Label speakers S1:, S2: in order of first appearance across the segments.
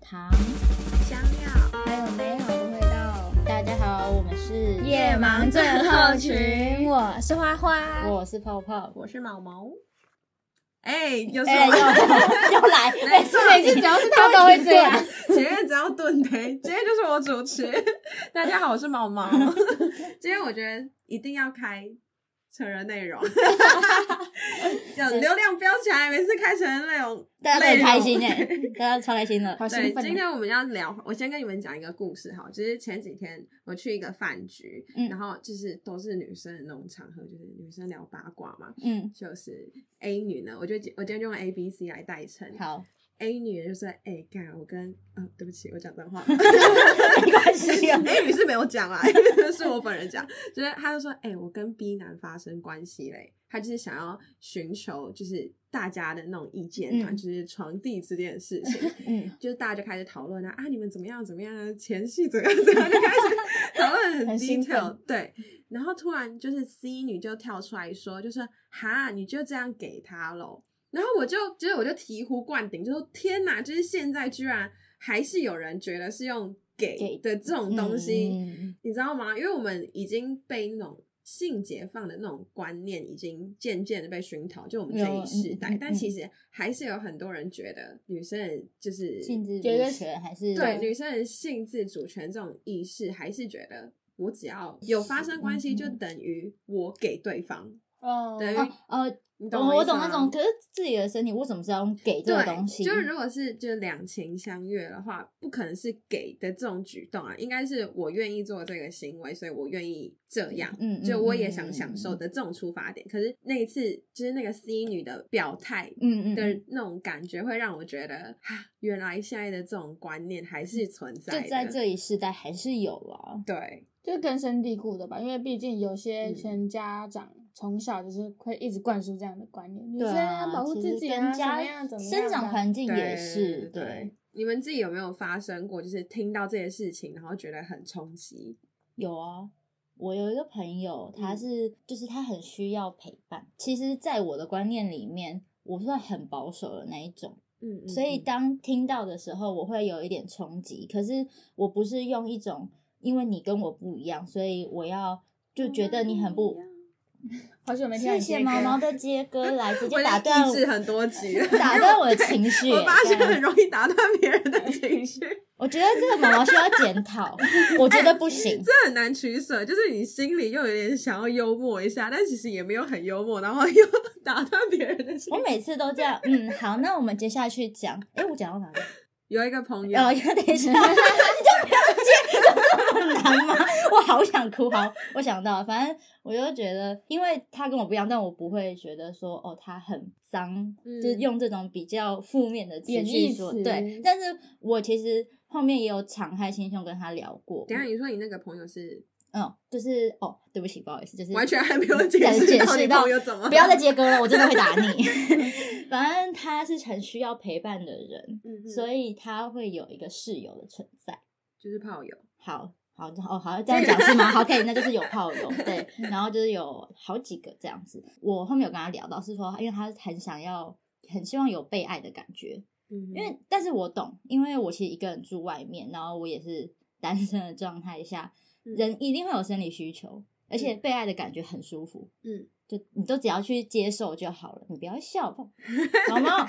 S1: 糖。
S2: 香料，还有美好的味道。
S1: 大家好，我们是
S2: 夜盲症候群
S1: 我
S2: 我是花花
S1: 我是泡泡。
S3: 我是毛毛。哎、就是
S1: 哎、
S3: 我们
S1: 又 又来，每次
S3: 错
S1: 每次只要是他都会这样。
S3: 前面只要顿推，今天就是我主持。大家好，我是毛毛。今天我觉得一定要开成人内 容，有流量飙起来，每次开成人内容，
S1: 大家都很
S3: 内容
S1: 开心哎、大家都超开心的。
S2: 好
S3: 对
S2: 兴，奋
S3: 今
S2: 哦！
S3: 天我们要聊，我先跟你们讲一个故事哈，就是前几天我去一个饭局，
S1: 嗯
S3: 然后就是都是女生的那种场合，就是女生聊八卦嘛，
S1: 嗯，
S3: 就是 A 女呢，我就我今天就用 A B C 来代称，
S1: 好，
S3: ，A 女就是哎干、我跟啊、对不起，我 讲脏话，
S1: 没关系啊。
S3: A 女是没有讲啊， 是我本人讲，就是她就说，哎、我跟 B 男发生关系嘞，她就是想要寻求就是大家的那种意见啊，
S1: 嗯
S3: 就是床地之恋的事情，
S1: 嗯，
S3: 就是大家就开始讨论啊，啊，你们怎么样怎么样啊，前戏怎么样怎么样，就开 始讨论很
S1: 很兴
S3: detail，
S1: 奋
S3: 对。然后突然就是 C 女就跳出来说，就是哈，你就这样给他喽。然后我就就是我就醍醐灌顶，就说天哪，就是现在居然还是有人觉得是用给
S1: 给
S3: 的这种东西，
S1: 嗯
S3: 你知道吗？因为我们已经被那种性解放的那种观念已经渐渐的被熏陶，就我们这
S1: 有
S3: 一世代，
S1: 嗯嗯嗯
S3: 但其实还是有很多人觉得女生的就是
S1: 性质
S2: 觉得
S1: 女权还是
S3: 对女生的性自主权这种意识，还是觉得我只要有发生关系，
S1: 嗯嗯
S3: 就等于我给对方，
S2: 哦
S3: 等于
S1: 哦哦，
S3: 你懂
S1: 我
S3: 我
S1: 我
S3: 意思
S1: 懂
S3: 吗
S1: 那种，可是自己的身体为什么是要用给这个东西？
S3: 就是如果是就是两情相悦的话，不可能是给的这种举动啊，应该是我愿意做这个行为，所以我愿意这样，
S1: 嗯嗯
S3: 就我也
S1: 嗯
S3: 想
S1: 嗯
S3: 享
S1: 嗯
S3: 受的这种出发点。可是那一次就是那个 C 女的表态。
S1: 嗯嗯嗯，
S3: 的那种感觉会让我觉得，啊，原来现在的这种观念还是存在的。
S1: 嗯就在这一世代还是有啊。
S3: 对，
S2: 就是根深蒂固的吧，因为毕竟有些
S3: 嗯
S2: 全家长从小就是会一直灌输这样的观念，女
S1: 对
S2: 生
S1: 啊
S2: 要保护自
S1: 其
S2: 己
S1: 实跟
S2: 啊，怎么
S1: 家
S2: 样怎么样的，啊
S1: 生长环境也是
S3: 对
S1: 对，
S3: 你们自己有没有发生过，就是听到这些事情，然后觉得很冲击？
S1: 有啊。我有一个朋友，他
S3: 嗯
S1: 是、就是他很需要陪伴。其实，在我的观念里面，我算很保守的那一种，
S3: 嗯，嗯
S1: 所以
S3: 嗯
S1: 当听到的时候，我会有一点冲击。可是我不是用一种因为你跟我不一样，所以我要就觉得你很不。
S3: 嗯
S2: 好久没听到
S1: 谢谢
S2: 你这个歌
S1: 毛毛的杰哥来直
S3: 我
S1: 接
S3: 已
S1: 打
S3: 经
S1: 断
S3: 抑制很多集了，
S1: 打断我的情绪。
S3: 我发现
S1: 这样
S3: 很容易打断别人的情绪，
S1: 我觉得这个毛毛需要检 讨，我觉得不行。
S3: 这很难取舍。就是你心里又有点想要幽默一下，但其实也没有很幽默，然后又打断别人的情
S1: 我
S3: 绪。
S1: 每次都这样，嗯，好，那我们接下去讲，哎，我讲到哪里？
S3: 有一个朋友，
S1: 哦，等一 下，你就不要接， 有这么难吗？我好想哭，好，我想到了，反正我就觉得，因为他跟我不一样，但我不会觉得说，哦，他很脏，
S3: 嗯
S1: 就是用这种比较负面的词
S2: 贬
S1: 去
S2: 义
S1: 说，
S2: 词
S1: 对。但是我其实后面也有敞开心胸跟他聊过，
S3: 等一下你说你那个朋友是
S1: 嗯，就是哦，对不起，不好意思，就是
S3: 完全还没有解
S1: 解
S3: 释
S1: 释
S3: 到你
S1: 到
S3: 朋友怎 么，
S1: 不要再接歌了，我真的会打你。反正他是很需要陪伴的人，
S3: 嗯，嗯
S1: 所以他会有一个室友的存在。
S3: 就是炮友，
S1: 好好哦，好这样讲是吗？好，可以，那就是有炮友对， 然后就是有好几个这样子。我后面有跟他聊到是说，因为他很想要，很希望有被爱的感觉，
S3: 因
S1: 因为但是我懂，因为我其实一个人住外面，然后我也是单身的状态下，
S3: 嗯
S1: 人一定会有生理需求，而且被爱的感觉很舒服。
S3: 嗯，
S1: 就你都只要去接受就好了，你不要笑吧，毛 毛。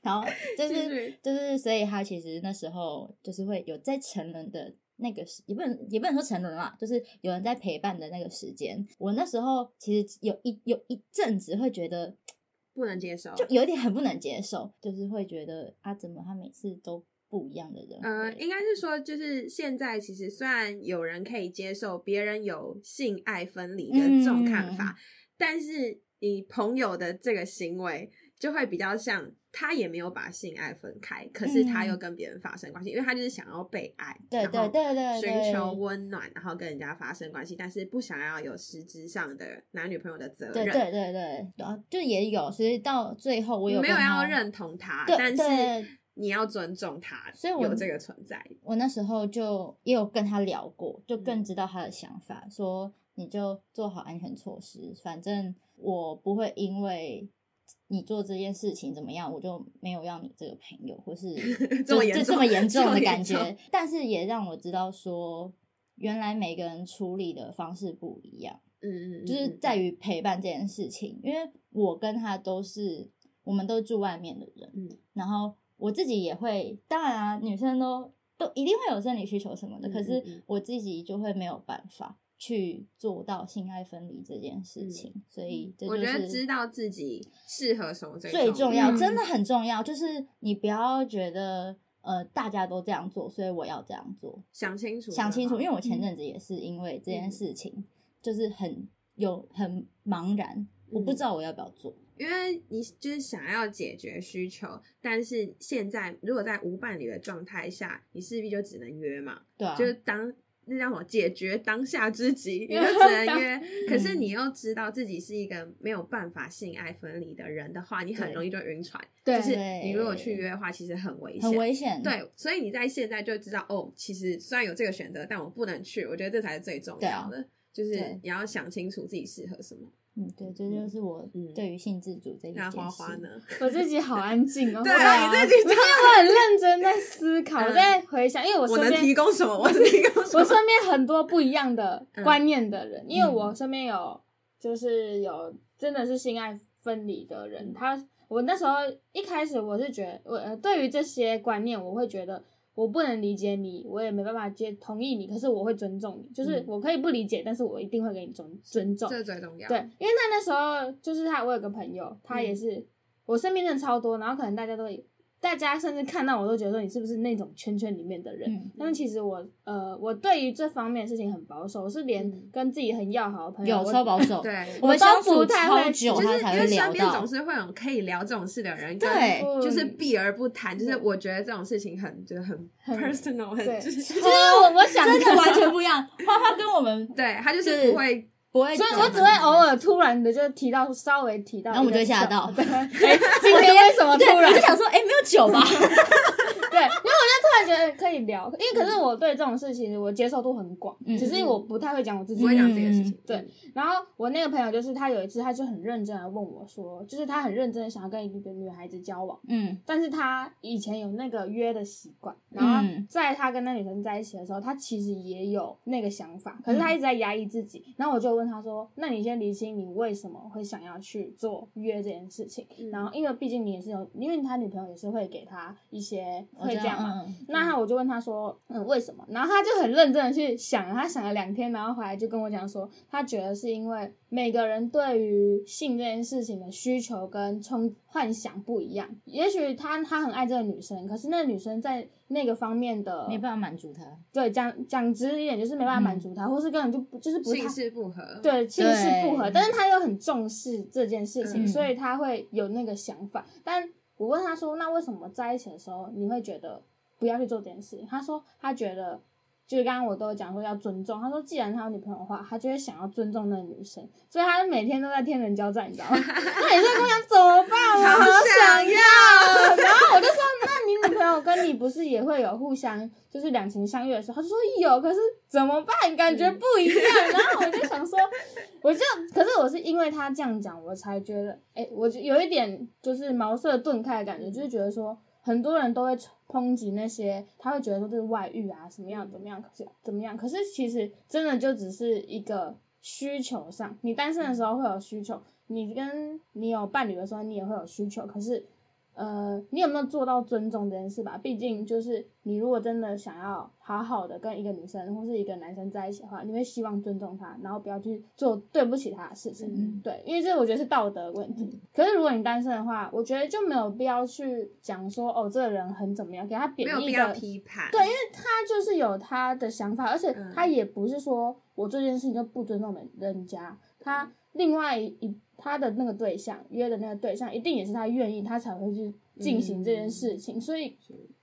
S1: 然后就
S3: 继
S1: 是
S3: 续
S1: 就是，所以他其实那时候就是会有在成人的那个时，也不能也不能说成人啦，就是有人在陪伴的那个时间。我那时候其实有一有一阵子会觉得
S3: 不能接受，
S1: 就有点很不能接受，就是会觉得啊，怎么他每次都不一样的人回来？
S3: 呃，应该是说，就是现在其实虽然有人可以接受别人有性爱分离的这种看
S1: 嗯
S3: 法，但是你朋友的这个行为就会比较像他也没有把性爱分开，可是他又跟别人发生关系，因为他就是想要被爱，
S1: 嗯对
S3: 然后
S1: 对对对对
S3: 寻求温暖，然后跟人家发生关系，但是不想要有实质上的男女朋友的责任，
S1: 对对对对，然后就也有，所以到最后我有
S3: 没有
S1: 跟
S3: 要
S1: 他
S3: 认同他，
S1: 对
S3: 但
S1: 对
S3: 是你要尊重他，
S1: 所以我
S3: 有这个存在，
S1: 我那时候就也有跟他聊过，就更
S3: 嗯
S1: 知道他的想法，说你就做好安全措施，反正我不会因为你做这件事情怎么样，我就没有要你这个朋友，或是
S3: 这
S1: 就
S3: 么严
S1: 就
S3: 重
S1: 这么严重
S3: 这么
S1: 的
S3: 严
S1: 感觉
S3: 重。
S1: 但是也让我知道说，原来每个人处理的方式不一样。
S3: 嗯嗯，
S1: 就是
S3: 嗯
S1: 在于陪伴这件事情，因为我跟他都是，我们都住外面的人，
S3: 嗯
S1: 然后我自己也会，当然啊，女生都都一定会有生理需求什么的，
S3: 嗯
S1: 可
S3: 嗯嗯
S1: 是我自己就会没有办法去做到性爱分离这件事情，所以这就
S3: 嗯我
S1: 是
S3: 觉得知道自己适合什么
S1: 最重要，
S2: 嗯
S1: 真的很重要，就是你不要觉得呃大家都这样做，所以我要这样做，
S3: 想清楚，
S1: 想清楚，因
S3: 为
S1: 为我
S2: 嗯
S1: 前阵子也是因为这件事情，就是很有很茫然，我
S2: 嗯
S1: 不知道我要不要做。
S3: 因为你就是想要解决需求，但是现在如果在无伴侣的状态下，你势必就只能约嘛，
S1: 对啊，
S3: 就是当那叫什么解决当下之 急，你就只能约。可是
S1: 嗯
S3: 你又知道自己是一个没有办法性爱分离的人的话，你很
S1: 对
S3: 容易就晕船。
S2: 对
S3: 就是你如果去约的话，其实很危
S1: 很
S3: 险。
S1: 危险。
S3: 对，所以你在现在就知道哦，其实虽然有这个选择，但我不能去。我觉得这才是最重要
S2: 啊
S3: 的，就是
S1: 对
S3: 你要想清楚自己适合什么。
S1: 嗯，对，这就是我
S3: 嗯
S1: 对于性自主这一件
S3: 那
S1: 事。
S3: 花花呢？
S2: 我自己好安静哦，
S3: 对
S2: 我好
S3: 你自己
S2: 我今天我很认真在思考，
S3: 嗯
S2: 我在回想，因为我
S3: 我
S2: 身
S3: 能提
S2: 边
S3: 供什么？我能提供什
S2: 我
S3: 么？
S2: 身边很多不一样的
S3: 嗯
S2: 观念的人，因为
S1: 嗯
S2: 我身边有就是有真的是性爱分离的人，
S3: 嗯
S2: 他我那时候一开始我是觉得我呃对于这些观念，我会觉得我不能理解你，我也没办法接同意你，可是我会尊重你，就是
S3: 嗯
S2: 我可以不理解，但是我一定会给你尊尊重。
S3: 这最重要。
S2: 对，因为那那时候就是他，我有个朋友，他也
S3: 嗯
S2: 是、我身边人超多，然后可能大家都会，大家甚至看到我都觉得说你是不是那种圈圈里面的人。
S1: 嗯，
S2: 但是其实我呃，我对于这方面的事情很保守，我是连
S3: 嗯
S2: 跟自己很要好的朋友，
S1: 有
S2: 我
S1: 超保守。
S3: 对，
S1: 我
S2: 我
S1: 们
S2: 都
S1: 相处
S2: 不太
S1: 超
S2: 会
S1: 久，
S3: 就
S1: 他
S3: 是
S1: 才
S3: 因
S1: 会
S3: 为
S1: 聊
S3: 身边总
S1: 到。
S3: 是会有可以聊这种事的人，
S1: 对
S3: 跟就是
S2: 嗯
S3: 避而不谈，就是
S2: 对
S3: 我觉得这种事情很就是很
S2: 很
S3: personal，很
S2: 对
S3: 就是
S2: 就是我我想
S1: 真的
S2: 看
S1: 完全不一样，花花跟我们
S3: 对他就是是不会
S1: 不会
S2: 所
S1: 懂
S2: 以
S1: 的，
S2: 我只会啊偶尔突然的就提到，稍微提到一个小，
S1: 然后我们就会吓到
S2: 对，哎今天为什么突
S1: 对，
S2: 然
S1: 我就？想说，哎，没有酒 吧？
S2: 对，因为我就突然觉得可以聊，因为可是我对这种事情我接受度很广，
S1: 嗯
S2: 只是我不太会讲我自己
S3: 不会
S2: 的
S3: 讲这件事情
S1: 嗯。
S2: 对然后我那个朋友就是他有一次他就很认真来问我说，就是他很认真的想要跟一个女孩子交往，
S1: 嗯，
S2: 但是他以前有那个约的习惯，然后
S1: 嗯
S2: 在他跟那女生在一起的时候，他其实也有那个想
S1: 嗯
S2: 法，可是他一直在压抑自己。然后我就问他说：“那你先理清你为什么会想要去做约这件事情？”
S3: 嗯
S2: 然后因为毕竟你也是有，因为他女朋友也是会给他一些
S1: 我
S2: 会
S1: 知
S2: 这
S1: 道
S2: 样嘛。
S1: 嗯
S2: 那他我就问他说，嗯，为什么？然后他就很认真的去想，他想了两天，然后回来就跟我讲说，他觉得是因为每个人对于性这件事情的需求跟冲幻想不一样。也许他他很爱这个女生，可是那个女生在那个方面的
S1: 没办法满足他。
S2: 对讲讲直一点，就是没办法满
S1: 嗯
S2: 足他，或是根本就不就是不太
S3: 性事不合，
S2: 对，性事不合，
S1: 对
S2: 但是他又很重视这件事情，
S1: 嗯
S2: 所以他会有那个想法。但我问他说，那为什么在一起的时候你会觉得不要去做这件事？他说他觉得。就是刚刚我都有讲说要尊重，他说既然他有女朋友的话，他就会想要尊重那个女生，所以他每天都在天人交战，你知道吗？ 那女生跟我讲怎么办？我
S3: 好
S2: 想
S3: 想
S2: 要
S3: 要。
S2: 然后我就说，那你女朋友跟你不是也会有互相就是两情相悦的时候？他就说有，可是怎么办？感觉不一样。 然后我就想说，我就可是我是因为他这样讲，我才觉得，哎、我就有一点就是茅塞顿开的感觉，就是觉得说。很多人都会抨击那些，他会觉得说这是外遇啊，怎么样怎么样，可是怎么样？可是其实真的就只是一个需求上，你单身的时候会有需求，你跟你有伴侣的时候，你也会有需求。可是，呃，你有没有做到尊重这件事吧？毕竟就是你如果真的想要好好的跟一个女生或是一个男生在一起的话，你会希望尊重他，然后不要去做对不起他的事情。
S1: 嗯
S2: 对，因为这我觉得是道德问题。
S3: 嗯
S2: 可是如果你单身的话，我觉得就没有必要去讲说哦，这个人很怎么样，给他
S3: 没
S2: 贬
S3: 有
S2: 义
S3: 必要
S2: 的。
S3: 批判。
S2: 对，因为他就是有他的想法，而且
S3: 嗯
S2: 他也不是说我这件事情就不尊重人人家，
S3: 嗯
S2: 他另外一他的那个对象约的那个对象，一定也是他愿意，他才会去进行这件事
S3: 嗯
S2: 情，所以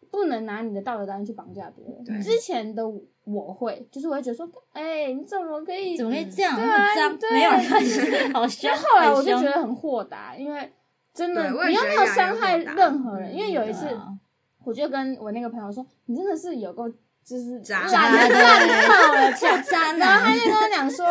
S2: 不能拿你的道德观去绑架别人。
S3: 对
S2: 之前的我会，就是我会觉得说，哎、你怎么可以？
S1: 怎么可以这样？
S2: 对
S1: 那
S2: 啊
S1: 么脏，
S2: 对
S1: 没有人，好凶。
S2: 但后来我
S1: 很
S2: 就
S1: 凶
S2: 觉得很豁达，因为真的
S3: 对我也
S2: 你又
S3: 觉得越
S2: 没有
S3: 来越
S2: 伤害
S3: 豁达
S2: 任何人，
S3: 嗯
S2: 因为有一
S1: 对
S2: 次。
S1: 啊
S2: 我就跟我那个朋友说，你真的是有够就是
S3: 渣啊
S2: 烂
S1: 对
S2: 烂 透了这样。
S1: 渣
S2: 然后他
S1: 男，
S2: 就跟我讲说，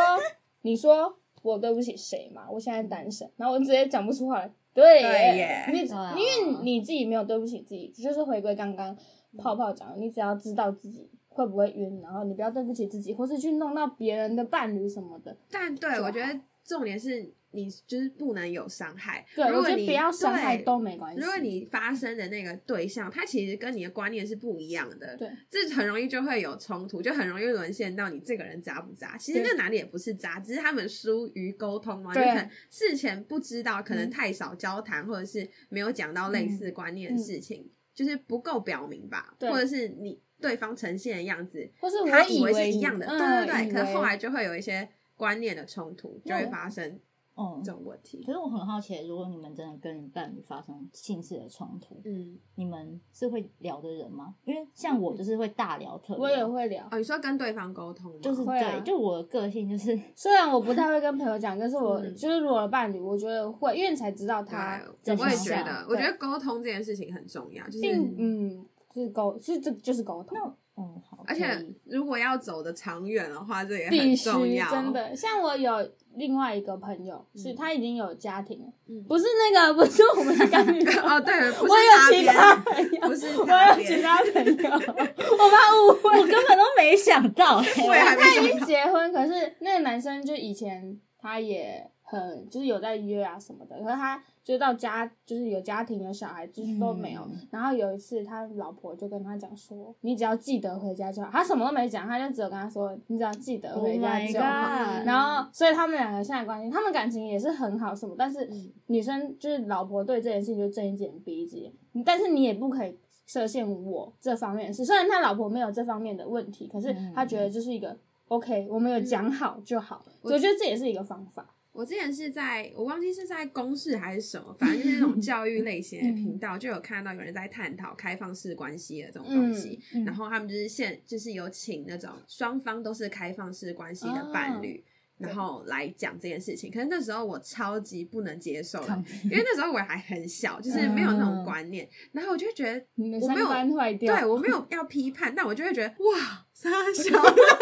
S2: 你说我对不起谁嘛？我现在单身，然后我直接讲不出话来。对
S3: 对
S2: 耶
S3: 耶
S2: 你
S1: 对啊
S2: 因为你自己没有对不起自己，就是回归刚刚
S3: 嗯
S2: 泡泡讲的，你只要知道自己会不会晕，然后你不要对不起自己，或是去弄到别人的伴侣什么的。
S3: 但对我觉得重点是你就是不能有伤害。
S2: 对，
S3: 如
S2: 我
S3: 果
S2: 觉得
S3: 你
S2: 不要伤害
S3: 对
S2: 都没关系。
S3: 如果你发生的那个对象，他其实跟你的观念是不一样的，
S2: 对，
S3: 这很容易就会有冲突，就很容易沦陷到你这个人渣不渣。其实
S2: 对
S3: 那哪里也不是渣，只是他们疏于沟通嘛，就
S2: 对
S3: 可能事前不知道，可能
S2: 嗯
S3: 太少交谈，或者是没有讲到类似观念的事情，就是不够表明吧，
S2: 对
S3: 或者是你对方呈现的样子，
S2: 或是
S3: 他
S2: 我
S3: 以为是
S2: 为
S3: 一样的，
S2: 嗯、
S3: 对对对，可
S2: 以
S3: 是后
S2: 为
S3: 来就会有一些观念的冲突，就
S2: 那
S3: 会
S2: 我
S3: 发生
S1: 哦
S3: 这。种问题
S1: 可。是我很好奇，如果你们真的跟你伴侣发生性事的冲突，
S3: 嗯，
S1: 你们是会聊的人吗？因为像我就是会大聊特聊，
S2: 我也会聊。
S3: 哦，你说跟对方沟通吗，
S1: 就是
S2: 会啊
S1: 对，就我的个性就是
S2: 虽然我不太会跟朋友讲，但是我、
S3: 嗯
S2: 就是如果有伴侣，我觉得会，因为你才知道他
S1: 怎
S3: 对，我也
S1: 么
S3: 觉
S1: 想
S3: 得，我觉
S2: 对
S3: 得沟通这件事情很重要，就是。
S2: 并嗯，就是沟，是这就是沟通。
S1: 嗯好，
S3: 而
S1: 可
S3: 且
S1: 以，
S3: 如果要走的长远的话，这也
S2: 必
S3: 很
S2: 须
S3: 重要。哦
S2: 真，的，像我有另外一个朋友，是
S3: 嗯
S2: 他已经有家庭了，
S3: 嗯
S2: 不是那个，不是我们的干女儿，
S3: 哦，对，不是
S2: 我有
S3: 擦
S2: 其
S3: 边
S2: 他朋友，
S3: 不是
S2: 我
S3: 擦
S2: 有
S3: 边
S2: 其他朋友，我怕误会，
S1: 我根本都没想 到，欸
S3: 我也还没
S2: 他已
S3: 想
S2: 经
S3: 到。
S2: 结婚，可是那个男生就以前他也很就是有在约啊什么的，可是他就到家就是有家庭有小孩，就是都没有。
S1: 嗯
S2: 然后有一次他老婆就跟他讲说：“你只要记得回家就好。”他什么都没讲，他就只有跟他说：“你只要记得
S1: Oh
S2: 回家
S1: my
S2: 就好。
S3: 嗯
S1: god！
S2: 然后，所以他们两个现在关系，他们感情也是很好什么，但是
S3: 嗯
S2: 女生就是老婆对这件事情就睁一只眼闭一只眼，你但是你也不可以设限我这方面的事。虽然他老婆没有这方面的问题，可是
S1: 嗯
S2: 他觉得就是一个、OK，我们有讲好就好，
S3: 我
S2: 所以我觉得这也是一个方法。
S3: 我之前是在，我忘记是在公视还是什么，反正就是那
S2: 嗯
S3: 种教育类型的频道，就有看到有人在探讨开放式关系的这种东西。
S1: 嗯
S3: 然后他们就是现，就是有请那种双方都是开放式关系的伴侣。
S2: 哦
S3: 然后来讲这件事情，可是那时候我超级不能接受的，
S1: 抗
S3: 因为那时候我还很小，就是没有那种观念，然后我就觉得
S2: 嗯你的
S3: 我
S2: 三
S3: 没有
S2: 观坏掉，
S3: 对我没有要批判，但我就会觉得哇，傻小，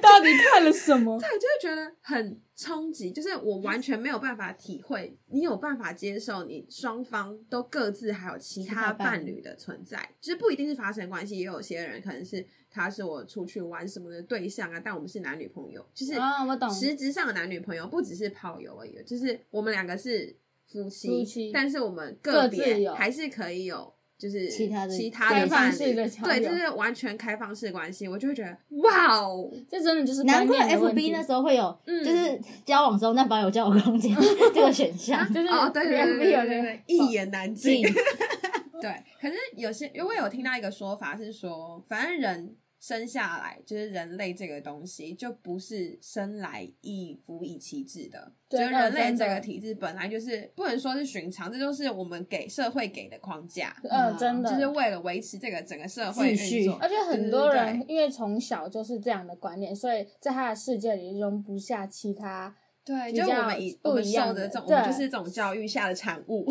S2: 到底看了什么？
S3: 对，就会觉得很冲击，就是我完全没有办法体会，你有办法接受你双方都各自还有其
S1: 其他
S3: 他
S1: 伴
S3: 伴侣的存在，就是不一定是发生关系，也有些人可能是他是我出去玩什么的对象啊，但我们是男女朋友，就是
S2: 啊，我懂，
S3: 实质上的男女朋友，不只是炮友而已，就是我们两个是夫妻，
S2: 夫妻
S3: 但是我们
S2: 各
S3: 个
S2: 自
S3: 别
S2: 有
S3: 还是可以有。就是
S1: 其他的
S3: 其他
S2: 开
S3: 的
S2: 放
S3: 伴
S2: 式
S3: 侣
S2: 的交
S3: 对，
S2: 友
S3: 就是完全开放式关系，我就会觉得哇哦，
S2: 这真的就 是
S1: 难怪
S2: 观念的问
S1: FB
S2: 题
S1: 那时候会有，
S3: 嗯
S1: 就是交往的时候那方有交友空 间这个选项。
S2: 就是
S3: 哦，对对对
S2: FB
S3: 对
S2: 有
S3: 对对
S2: 那
S3: 对哦
S2: 个，
S3: 一言难尽
S1: 尽。
S3: 对，可是有些，因为我有听到一个说法是说，反正人生下来就是人类这个东西，就不是生来一夫一妻制的，就
S2: 对
S3: 是
S2: 呃
S3: 人类
S2: 真
S3: 这
S2: 的
S3: 个体制本来就是不能说是寻常，这就是我们给社会给的框架，
S2: 嗯，
S1: 嗯
S2: 真的
S3: 就是为了维持这个整个社会
S1: 秩序
S3: 运作
S2: 而。且很
S3: 对
S2: 多
S3: 对
S2: 人因为从小就是这样的观念，所以在他的世界里容不下其他。
S3: 对，
S2: 比
S3: 就我
S2: 较
S3: 们以
S2: 不
S3: 我们
S2: 一样
S3: 受的
S2: 的
S3: 这种，我们
S2: 对
S3: 就是这种教育下的产物。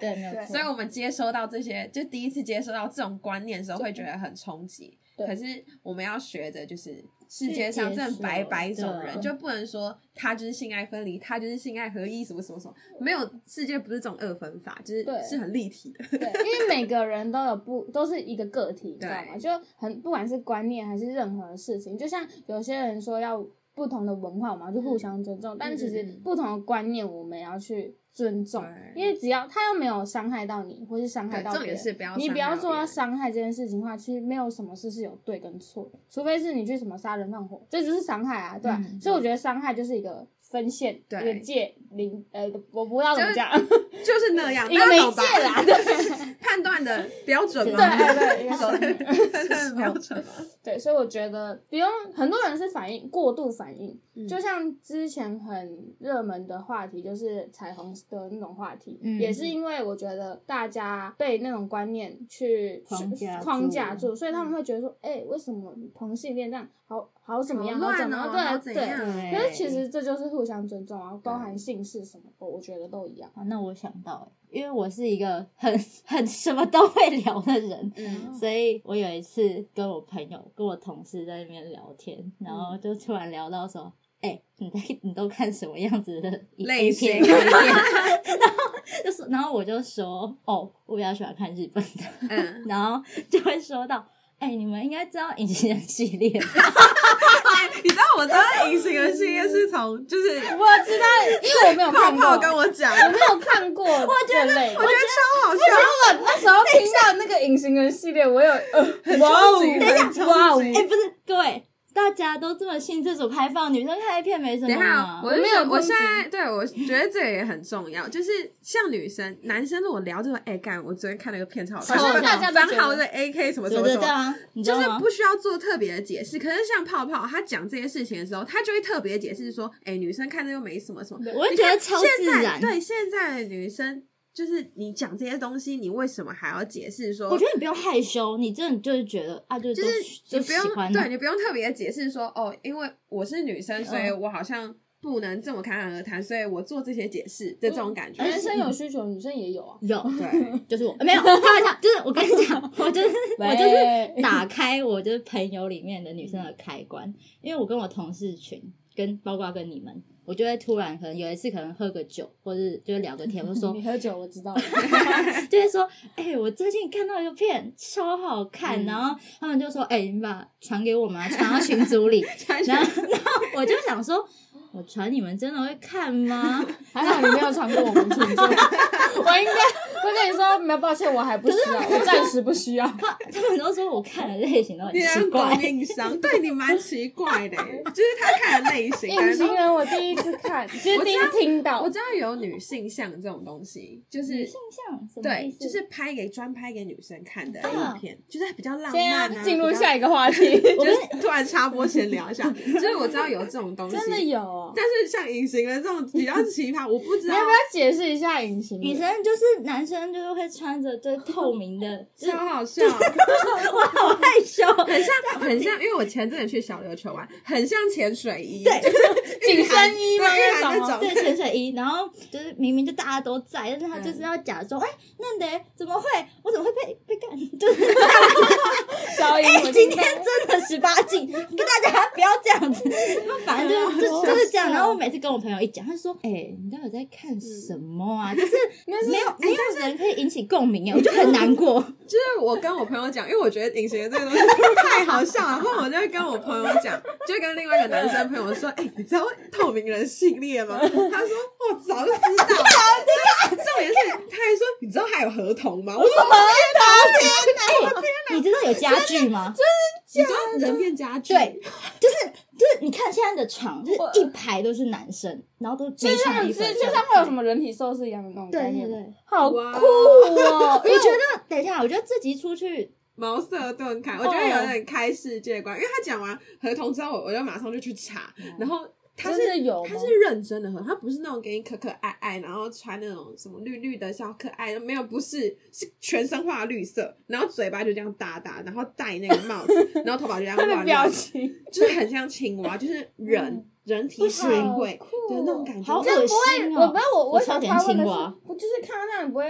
S1: 对，没有
S2: 对
S1: 错。
S3: 所以我们接收到这些，就第一次接收到这种观念的时候，会觉得很冲击。
S2: 对
S3: 可是我们要学着，就是世界上
S1: 去
S3: 这
S1: 接
S3: 么百
S1: 受
S3: 百种
S2: 啊
S3: 人，
S1: 对
S3: 就不能说他就是性爱分离，他就是性爱合一，什么什么什么，没有世界不是这种二分法，就是
S2: 对
S3: 是很立体的。
S2: 对，因为每个人都有不都是一个个体，你知
S3: 对
S2: 道吗？就很不管是观念还是任何事情，就像有些人说要不同的文化，我们要去互相尊重，但其实
S3: 嗯嗯
S2: 不同的观念我们也要去尊重，
S3: 对
S2: 因为只要他又没有伤害到你，或是伤害
S3: 对，
S2: 到
S3: 重
S2: 别
S3: 点
S2: 人
S3: 是不要
S2: 你不要
S3: 伤
S2: 做
S3: 害
S2: 到
S3: 到
S2: 伤害这件事情的话，其实没有什么事是有对跟错的，除非是你去什么杀人放火，这就是伤害啊，对吧、
S1: 嗯
S2: 所以我觉得伤害就是一个分线，一
S3: 对
S2: 个界零，呃，我不知道怎么
S3: 就是
S2: 讲，
S3: 别人，就是那 样，
S2: 一个
S3: 大
S2: 媒
S3: 家懂吧
S2: 介啦，对。
S3: 判断的标准
S2: 对
S3: 吗？
S2: 对对
S3: 走的
S2: 对
S3: 判断的标准吗？
S2: 对，所以我觉得不用，很多人是反应过度反应，
S3: 嗯
S2: 就像之前很热门的话题，就是彩虹的那种话题，
S1: 嗯
S2: 也是因为我觉得大家被那种观念去
S1: 框架住
S2: 框架住，所以
S3: 嗯
S2: 他们会觉得说，哎、为什么同性恋这样好好怎么样，
S3: 好
S2: 好怎
S3: 乱
S2: 么
S3: 哦，
S2: 样，
S3: 好怎
S2: 对对。
S3: 样？
S1: 对
S2: 可是其实这就是互相尊重啊，包含姓氏什么的，我觉得都一样。
S1: 啊，那我想到、欸，因为我是一个很很什么都会聊的人，
S3: 嗯
S1: 所以我有一次跟我朋友、跟我同事在那边聊天，然后就突然聊到说：“哎、你在你都看什么样子的
S3: 类
S1: A 片
S3: 型
S1: A 片然后就是，然后我就说，哦，我比较喜欢看日本的，
S3: 嗯，
S1: 然后就会说到，哎、你们应该知道《隐形人》系列吧，
S3: 你知道我知道隐形的系列是从 就是
S2: 我知道，因为我没有
S3: 泡
S2: 看过，
S3: 泡跟我讲，
S2: 我没有看过这类的。
S3: 我觉得超好笑。
S2: 我那时候听到那个隐形人系列，我有 呃，哇
S3: 冲击很冲
S2: 哦，哇哦
S3: 击，
S1: 哎、不是，各位，大家都这么性自主开放，女生看 A 片没什
S3: 等
S1: 么
S3: 一下哦
S1: 嘛，。
S3: 我
S2: 我
S3: 就
S2: 没
S3: 想
S2: 有
S3: 我
S2: 攻
S3: 现在对我觉得这个也很重要，就是像女生、男生，如果聊这种，哎、干，我昨天看了一个片超好看，
S1: 好像
S3: 翻
S1: 大家
S2: 都
S3: 翻
S2: 觉得
S3: 好的 AK 什么什
S1: 对
S3: 么
S1: 对
S3: 什
S1: 对
S3: 么。
S1: 啊，你知
S3: 就
S1: 道
S3: 是
S1: 吗？
S3: 不需要做特别的解释，可是像泡泡他讲这些事情的时候，他就会特别解释说：“哎、女生看这又没什么什么。”
S1: 我会
S3: 你
S1: 觉
S3: 看
S1: 得超
S3: 现
S1: 自
S3: 在
S1: 然。
S3: 对现在的女生，就是你讲这些东西，你为什么还要解释说？
S1: 我觉得你不用害羞，你真的就是觉得啊，就
S3: 就
S1: 就是就
S3: 你不
S1: 喜
S3: 用
S1: 欢
S3: 对
S1: 啊
S3: 你不用特别解释说哦，因为我是女生，所以
S1: 嗯
S3: 我好像不能这么侃侃而谈，所以我做这些解释的这种感觉。
S1: 而且
S2: 男生有需求，女生也有啊。
S1: 有，
S3: 对，
S1: 就是我呃没有开玩笑，就是我跟你讲，我就是我就是
S2: 喂
S1: 打开我就是朋友里面的女生的开关，因为我跟我同事群，跟包括跟你们，我就会突然可能有一次可能喝个酒，或是就是聊个天，我就 说
S2: 你喝酒，我知 道。
S1: 就会说，哎、我最近看到一个片超好看，
S3: 嗯
S1: 然后他们就说，哎、你把传给我们、啊，传到群组里。 然后，然后我就想说，我传你们真的会看吗？
S2: 还好你没有传给 我们群众，我应该会跟你说，没有抱歉，我还不需要，我暂时不 需要。
S1: 他他们都说我看的类型都很
S3: 你
S1: 奇
S3: 很
S1: 怪
S3: 懂，硬伤，对你蛮奇怪 的，就是他看的类型。
S2: 隐
S3: 感觉
S2: 形人我第一次 看，就是
S3: 我
S2: 第一
S3: 知道
S2: 次听
S3: 都
S2: 到
S3: 我，知道有女性像这种东西，就是
S1: 性向什么意
S3: 对，
S1: 思？
S3: 就是拍给专拍给女生看的
S1: 啊
S3: 影片，就是比较浪
S2: 先要
S3: 漫啊。
S2: 进入
S3: 比较
S2: 下一个话题。
S3: 就是突然插播闲聊 一下，就是我知道有这种东西，
S2: 真的有哦，
S3: 但是像隐形人这种比较奇葩，我不知
S2: 你
S3: 道
S2: 要不要解释一下隐形
S1: 女
S2: 人？
S1: 生就是男生就是会穿着 就是透明的，就是
S3: 超好笑，
S1: 我好害羞。
S3: 很像很像，因为我前阵子去小琉球玩，很像潜水衣，对，
S2: 紧身衣吗？
S3: 对
S2: 那
S3: 那
S2: 种
S3: 种
S2: 吗
S1: 对潜水衣，然后就是明明就大家都在，但是他
S3: 嗯
S1: 就是要假装，哎、那得怎么会？我怎么会被被 干？就是
S2: 小
S1: 哎、
S2: 隐，我
S1: 今
S2: 知
S1: 天
S2: 道
S1: 真的十八禁， 跟大家不要这样子。
S2: 啊
S1: 反正啊 就是就就是这样。
S2: 嗯
S1: 然后我每次跟我朋友一讲，他就说：“哎、你到底在看什么
S2: 嗯
S1: 啊？ 就是
S2: 那是
S1: 没有没有人可以引起共 鸣哎，我就很难过。
S3: 就是我跟我朋友讲，因为我觉得隐形人这个东西太好笑了，然后我就会跟我朋友讲，就跟另外一个男生朋友说，哎、你知道透明人系列吗？他说我早就知道了，重点是他还说你知道还有合同吗？我
S1: 哎
S3: 说
S1: 你知道有家具 吗？
S3: 你知道人变家具，
S1: 对，就是就是，你看现在的场就是
S2: 我
S1: 一排都是男生，然后都
S2: 就
S1: 没穿
S2: 像
S1: 衣
S2: 是
S1: 服的
S2: 就
S1: 人，
S2: 像会有什么人体寿司一样的那种概
S1: 对对
S2: 念吗，
S1: 对。
S2: 好酷
S3: 哇
S2: 哦！因
S1: 我
S2: 为
S1: 觉得等一下，我觉得自己出去
S3: 茅塞顿开，我觉得有点开世界观。因为他讲完合同之后，我我就马上就去查，然后他是
S2: 真的有吗
S3: 他是认真的合同，他不是那种给你可可爱爱，然后穿那种什么绿绿的小可爱，没有，不是，是全身画绿色，然后嘴巴就这样大大，然后戴那个帽子，然后头发就这样
S2: 他的
S3: 乱乱
S2: 表
S3: 的，
S2: 情，
S3: 就是很像青蛙，就是人、
S2: 嗯
S3: 人体社会
S2: 好酷
S3: 的
S2: 哦
S3: 那种感觉。
S1: 好
S3: 就是
S1: 恶心
S2: 我
S1: 哦
S2: 不要，我我
S1: 我超
S2: 想
S1: 点
S2: 发问的
S1: 青
S2: 是
S1: 蛙，
S2: 我就是看到那样你不会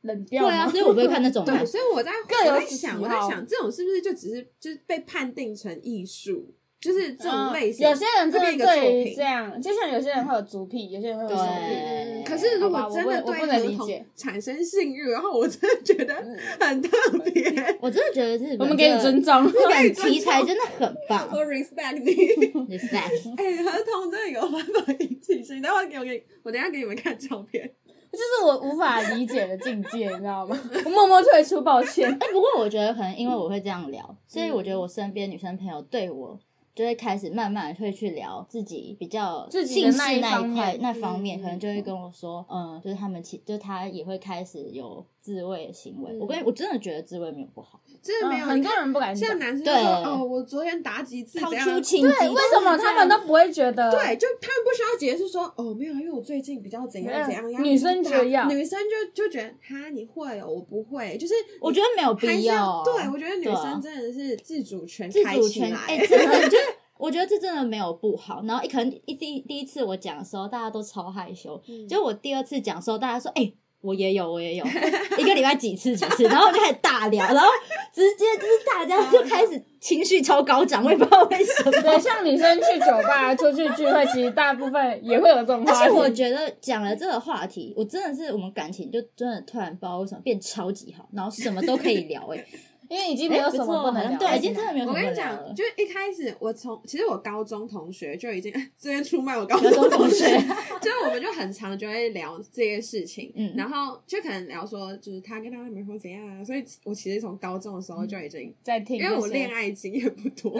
S2: 冷掉
S1: 对
S2: 吗？嗯
S1: 啊，所以我不 会看那种的。
S3: 对，所以我在
S2: 各有
S3: 我在
S2: 喜
S3: 想，我在
S2: 好
S3: 想，这种是不是就只是就是被判定成艺术，就是这种
S2: 嗯
S3: 类型。
S2: 有些人
S3: 会
S2: 真
S3: 变一
S2: 的
S3: 个作
S2: 对于
S3: 品
S2: 这。样，就像有些人会有足癖，有些人会有手癖。
S1: 对
S3: 可是如
S2: 好
S3: 果
S2: 吧
S3: 真
S2: 我
S3: 的
S2: 不我
S3: 对
S2: 不能
S3: 合
S2: 理
S3: 同
S2: 解嗯
S3: 产生性欲，然后我真的觉得很特 别，
S1: 我真的觉得日本，
S2: 我们给你尊。重，
S1: 日本题材真的很棒
S3: 我 respect 你。
S1: ，respect。
S3: 哎、合同真的有办法引起性，待会给我给我等一下给你们看照片。
S2: 就是我无法理解的境界，你知道吗？我默默退出，抱歉。
S1: 哎，不过我觉得可能
S2: 嗯
S1: 因为我会这样聊，所以我觉得我身边女生朋友对我就会开始慢慢会去聊自己比较
S2: 自己
S1: 性
S2: 的
S1: 事
S2: 那一
S1: 那
S2: 方
S1: 一
S2: 面
S1: 块那方面，
S3: 嗯
S1: 可能就会跟我说，嗯，就是他们其就他也会开始有自慰的行为。我跟我真的觉得自慰没有不好，
S3: 真的没
S2: 嗯
S3: 有，
S2: 很
S3: 你
S2: 多
S3: 看
S2: 人不敢讲
S3: 像，男生就
S1: 对
S3: 说哦，我昨天打几次
S1: 掏
S3: 怎样
S1: 出？情
S2: 对，
S1: 敌，
S2: 为什么他们都不会觉得？
S3: 对，啊就他们不需要解释说哦，没有，因为我最近比较怎样怎样。
S2: 没有
S3: 然后
S2: 女生觉得要
S3: 女生就就觉得哈，你会哦，我不会，就是
S1: 我觉得没有
S3: 还是
S1: 必要。
S3: 对，我觉得女
S1: 对啊
S3: 生真的是自主权
S1: 自
S3: 开
S1: 主
S3: 起
S1: 权，
S3: 来。
S1: 哎、真 的就是。我觉得这真的没有不好，然后一可能一第第一次我讲的时候，大家都超害羞，
S3: 嗯
S1: 就我第二次讲的时候，大家说，哎、我也有，我也有，一个礼拜几次几次，然后我就开始大聊，然后直接就是大家就开始情绪超高涨，我也不知道为什么。
S2: 对，像女生去酒吧、啊出去聚会，其实大部分也会有这种
S1: 但
S2: 话
S1: 是我
S2: 题。
S1: 觉得讲了这个话题，我真的是我们感情就真的突然不知道为什么变超级好，然后什么都可以聊、欸，哎，
S2: 因为已经没有什么不能聊的，
S1: 对，已经真的没有什
S3: 我
S1: 么
S3: 跟
S1: 可
S3: 你
S1: 以聊
S3: 讲，
S1: 了。
S3: 就一开始我从其实我高中同学就已经 这边出卖我高
S1: 高中同
S3: 同
S1: 学
S3: 就是我们就很常就会聊这些事情，
S1: 嗯
S3: 然后就可能聊说就是他跟他男朋友怎样啊，所以我其实从高中的时候就已经，
S2: 在
S1: 嗯
S2: 听这
S3: 因
S2: 些，
S3: 为我恋爱经验不 多，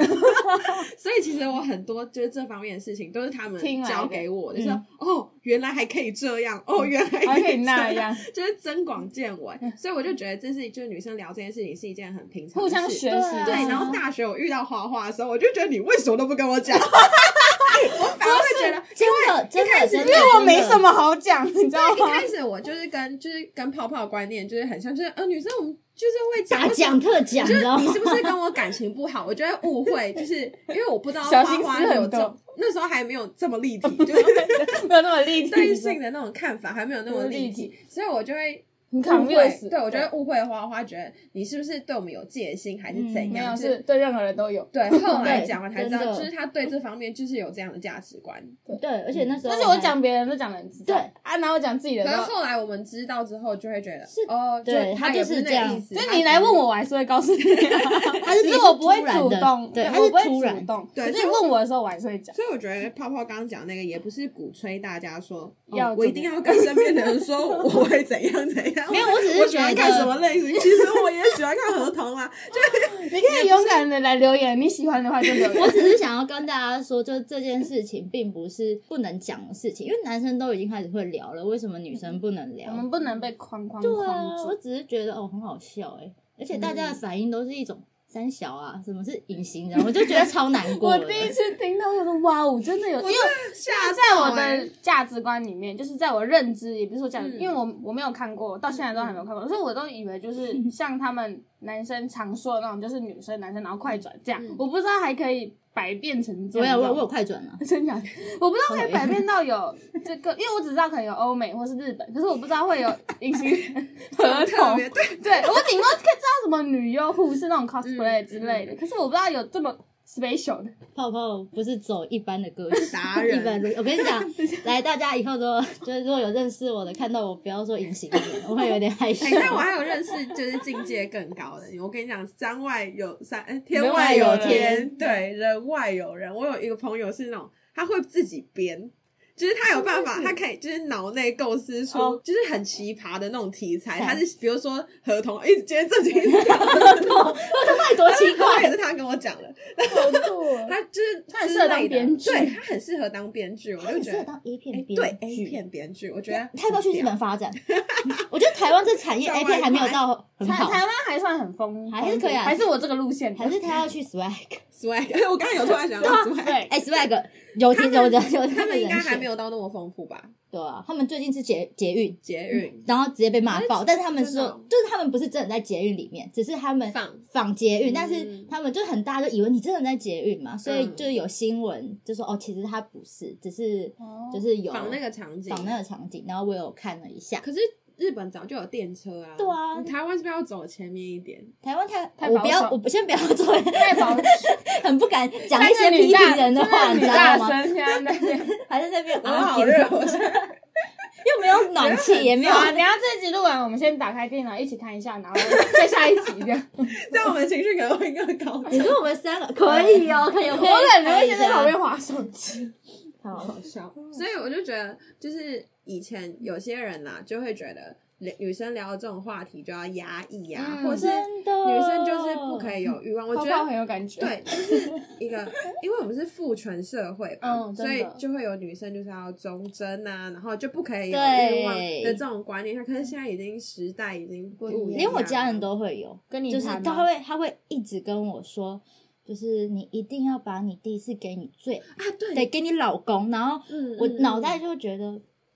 S3: 所以其实我很多就是这方面的事情都是他们
S2: 听来的
S3: 教给我的，就是
S1: 嗯
S3: 哦原来还可以 这样，哦原来
S2: 还 可
S3: 可
S2: 以那
S3: 这
S2: 样，
S3: 就是增广见闻，
S1: 嗯
S3: 所以我就觉得这是就是女生聊这件事情是一件很平常的
S2: 互
S3: 事，
S2: 相学习
S1: 对啊。
S3: 对，嗯然后大学我遇到画画的时候，我就觉得你为什么都不跟我讲？ 我反而会觉得，
S1: 真的真
S3: 一开
S1: 的
S3: 始
S1: 真的，
S3: 因
S2: 因为我没
S1: 真的
S2: 什么好讲，你知道
S3: 一
S2: 吗？
S3: 开始我就是跟就是跟泡泡观念就是很像，就是呃女生我们就是会
S1: 大
S3: 讲
S1: 讲特讲，
S3: 就
S1: 你知
S3: 是
S1: 道
S3: 你
S1: 吗
S3: 是？不是跟我感情不好？我觉得误会，就是因为我不知道
S2: 小
S3: 花
S2: 心
S3: 花
S2: 思很
S3: 有这
S2: 重
S3: 那时候还没有这么立体， 就是
S2: 没有那么立体，
S3: 对性的那种看法还没有那么立
S2: 立
S3: 体，所以我就会
S2: 很
S3: 误
S2: confused
S3: 会，对我觉得误会花花觉得你是不是对我们有戒心还是
S1: 嗯
S3: 怎
S2: 没
S3: 样？
S2: 有
S3: 就是
S2: 是对任何人都有。
S3: 对，后来
S1: 对
S3: 讲完才知
S1: 真
S3: 道，
S1: 的
S3: 就是他对这方面就是有这样的价值观。
S1: 对，而且那时候
S2: 但是我
S1: 还
S2: 讲别人都讲的很知道
S1: 对
S2: 啊，然后我讲自己的
S3: 可
S2: 都
S3: 是后来我们知道之后，就会觉得
S1: 是
S3: 哦，
S1: 对
S3: 他
S1: 他
S3: 也
S1: 就
S3: 不
S1: 是
S3: 那
S1: 这样
S3: 意思
S2: 就
S3: 他
S2: 你
S3: 只
S2: 来
S3: 是
S2: 问我，我还是会告诉你、 啊，
S1: 他是
S2: 只
S1: 自己
S2: 是
S1: 是
S2: 我不会
S1: 突然
S2: 主
S1: 的
S2: 动，
S1: 对他
S2: 我
S1: 是
S2: 不会
S1: 突然
S2: 主动，
S3: 对
S2: 可是
S3: 所以
S2: 你问我的时候，我还是会讲。
S3: 所以我觉得泡泡刚刚讲那个也不是鼓吹大家说，哦、
S2: 要怎
S3: 我
S2: 么
S3: 一定要跟身边的 人说我会怎样怎样。
S1: 没有，我只
S3: 我
S1: 是
S3: 喜
S1: 觉
S3: 欢看什
S1: 得
S3: 么类型，其实我也喜欢看合同啊。
S2: 你可以勇敢的来留言，你喜欢的话就 留
S1: 我
S2: 言。
S1: 只是想要跟大家说，就这件事情并不是不能讲的事情，因为男生都已经开始会聊了，为什么女生不能聊？
S3: 嗯
S2: 我们不能被框框
S1: 对
S2: 框
S1: 啊，我
S2: 住。
S1: 只是觉得哦，很好笑哎、而且大
S3: 嗯
S1: 家的反应都是一种三小啊，什么是隐形人，我就觉得超难过
S2: 我
S1: 的。
S2: 第一次听到，我说哇哦，真的有，因为
S3: 吓
S2: 在我
S3: 到欸
S2: 的价值观里面，就是在我认知，也不是说价值，
S3: 嗯
S2: 因为我我没有看过，我到现在都还没有看过，所以我都以为就是像他们男生常说的那种，就是女生男生然后快转这样
S1: 嗯，
S2: 我不知道还可以百变成这
S1: 我
S2: 样。
S1: 有我有我有快转了，
S2: 真假 的？我不知道可以百变到有这个，因为我只知道可能有欧美或是日本，可是我不知道会 有隐形人合
S3: 特
S2: 同。
S3: 别对，
S2: 对我顶多可以知道什么女优护士那种 cosplay
S3: 嗯
S2: 之类的，可是我不知道有这么 special 的。
S1: 泡泡不是走一般的歌曲。
S3: 达
S1: 一般
S3: 人。
S1: 路，我跟你讲， 来，大家以后都就是如果有认识我的，看到我不要说隐形人，我会有点害羞
S3: 哎、。但我还有认识就是境界更高的。我跟你讲，山外有山，哎天
S2: 人
S3: 外
S2: 外
S3: 有
S2: 有
S3: 天，对，人外有人。我有一个朋友是那种，他会自己编。就是他有办法，他可以就是脑内构思出
S2: 哦
S3: 就是很奇葩的那种题材。
S1: 是
S3: 他是比如说合同，一直今天这几天合
S1: 到底多奇
S3: 同也
S1: 怪？
S3: 是他跟我讲的。
S2: 好酷哦！
S3: 他就是
S2: 他很
S3: 之
S2: 适合当
S3: 类的
S2: 编剧
S3: 对他很适合当编剧，我
S1: 他
S3: 就
S1: 很
S3: 觉
S1: 适合
S3: 得
S1: 当 A
S3: 哎
S1: 片编
S3: 对 A
S1: 剧
S3: 片编剧，我觉得
S1: 他要不要去日
S3: 很
S1: 本发展？ 我觉得台湾这产业
S3: 上
S1: A 片还没有到很
S2: 台
S1: 好，
S2: 台湾还算很疯，
S1: 还是可以啊
S2: 还是我这个路线的，
S1: 还是他要去 swag？
S3: 屌 swag。我刚刚有突然想到 swag，
S2: 对。啊
S1: 哎，swag 有听有人有
S3: 他们应该还没
S1: 有
S3: 有到那么丰富吧？
S1: 对啊，他们最近是捷捷运。
S3: 捷运
S1: 然后直接被骂爆，但是他们
S3: 真的
S1: 说
S3: 哦，
S1: 就是他们不是真的在捷运里面，只是他们
S3: 放
S1: 仿捷运，
S3: 嗯
S1: 但是他们就很大家就以为你真的在捷运嘛，所以
S3: 嗯
S1: 就是有新闻就说哦，其实他不是，只是
S2: 哦
S1: 就是有
S3: 仿那个场景，
S1: 仿那个场景，然后我有看了一下，
S3: 可是日本早就有电车啊，
S1: 对啊
S3: 台湾是不是要走前面一点？
S1: 台湾太
S2: 太
S1: 我
S2: 保
S1: 不要，
S2: 守
S1: 我不先不要做，
S2: 太保
S1: 很不敢讲一些批评人的 话，你
S2: 女
S1: 知
S2: 大
S1: 道吗？
S2: 生现在那边
S1: 还在那边
S3: 我
S1: 啊
S3: 好热，我 现在
S1: 又没有暖气，也没有
S2: 好啊，等一下这集录完，我们先打开电脑一起看一下，然后再下一集这样。
S3: 这样我们情绪可能会更高。
S1: 你说我们三个可以 哦，可以， 我
S2: 我感觉
S1: 能
S2: 会先在旁边划手机。
S1: 好，
S3: 笑。 所以我就觉得，就是以前有些人呐、就会觉得女女生聊这种话题就要压抑呀、
S2: 嗯
S3: 或者是
S1: 真的，
S3: 女生就是不可以有欲望。我
S2: 泡
S3: 觉
S2: 泡
S3: 得
S2: 很有感 觉。
S3: 对，就是一个，因为我们是父权社会吧，
S2: 嗯
S3: 所
S2: 真的
S3: 以就会有女生就是要忠贞啊，然后就不可以有
S1: 对
S3: 欲望的这种观念。可是现在已经时代已经不
S2: 不
S3: 一
S2: 一
S3: 样，
S2: 样
S1: 连我家人。都会有，
S2: 跟你
S1: 就是
S2: 谈吗啊
S1: 他会他会一直跟我说。就是你一定要把你第一次给你最
S3: 啊，对，
S1: 得给你老公，然后
S3: 嗯
S1: 我
S3: 嗯
S1: 脑袋就会觉得，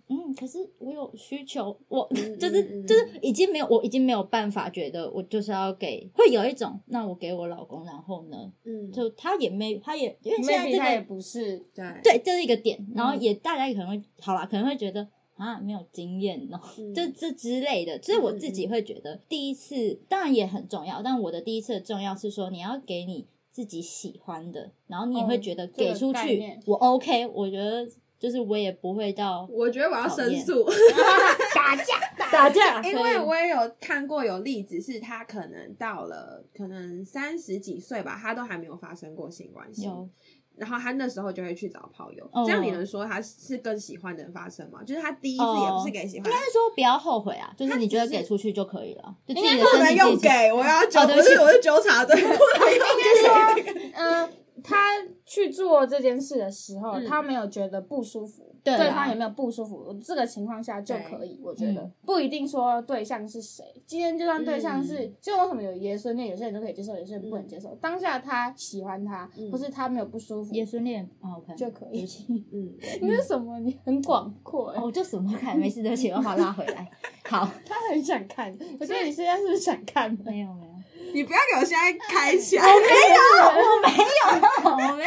S1: 嗯，可是我有需求，我
S3: 嗯
S1: 就是
S3: 嗯
S1: 就是已经没有，我已经没有办法觉得我就是要给，会有一种，那我给我老公，然后呢，
S3: 嗯，
S1: 就他也没，他也因为现在
S2: ，maybe 他
S1: 这
S2: 也
S1: 个
S2: 不是
S3: 对
S1: 对，这是一个点，然后
S2: 嗯
S1: 也大家也可能会好啦，可能会觉得。啊没有经验哦，
S3: 嗯
S1: 这这之类的，就是
S2: 嗯
S1: 我自己会觉得第一次当然也很重要，但我的第一次的重要是说你要给你自己喜欢的，然后你也
S2: 哦
S1: 会觉得
S2: 这个
S1: 给出
S2: 概
S1: 去、
S2: 念
S1: 我 OK，我觉得就是我也不会到
S3: 我觉得我要申诉，
S2: 打架，
S1: 打架，
S3: 因
S1: 所以
S3: 为我也有看过有例子是他可能到了可能三十几岁吧，他都还没有发生过性关系，
S1: 有
S3: 然后他那时候就会去找炮友，
S1: 哦
S3: 这样你能说他是跟喜欢的人发生吗？就是他第一次也不是给喜欢的
S1: 应
S3: 人
S1: 该是说不要后悔啊，就是你觉得
S3: 只是
S1: 给出去就可以了，就自
S2: 应该
S1: 己的
S3: 不
S1: 身
S3: 能
S1: 体
S3: 用
S1: 界
S3: 给
S1: 限。，
S3: 我要纠，
S1: 哦对
S3: 我
S1: 不起
S3: 是我是纠 察队，不能用给。
S2: 呃，他去做这件事的时候，
S3: 嗯
S2: 他没有觉得不舒服，
S1: 对啊
S2: 方也没有不舒服，这个情况下就可以，我觉得、
S1: 嗯
S2: 不一定说对象是谁。今天就算对象是，
S3: 嗯
S2: 就为什么有爷孙恋，有些人就可以接受，有些人不能接受。当下他喜欢他，
S3: 嗯
S2: 或是他没有不舒服，
S1: 爷孙恋啊，OK，
S2: 就可
S1: 对
S2: 以
S1: 不 起
S3: 嗯，
S2: 你是什么？你很广阔、欸，
S1: 哦，我就什么都看，没事，对不起，我要把它拉回来。好，
S2: 他很想看。我觉得你现在是不是想看呢？
S1: 没有没有，
S3: 你不要给我现在开起 来，
S1: 我哦没有。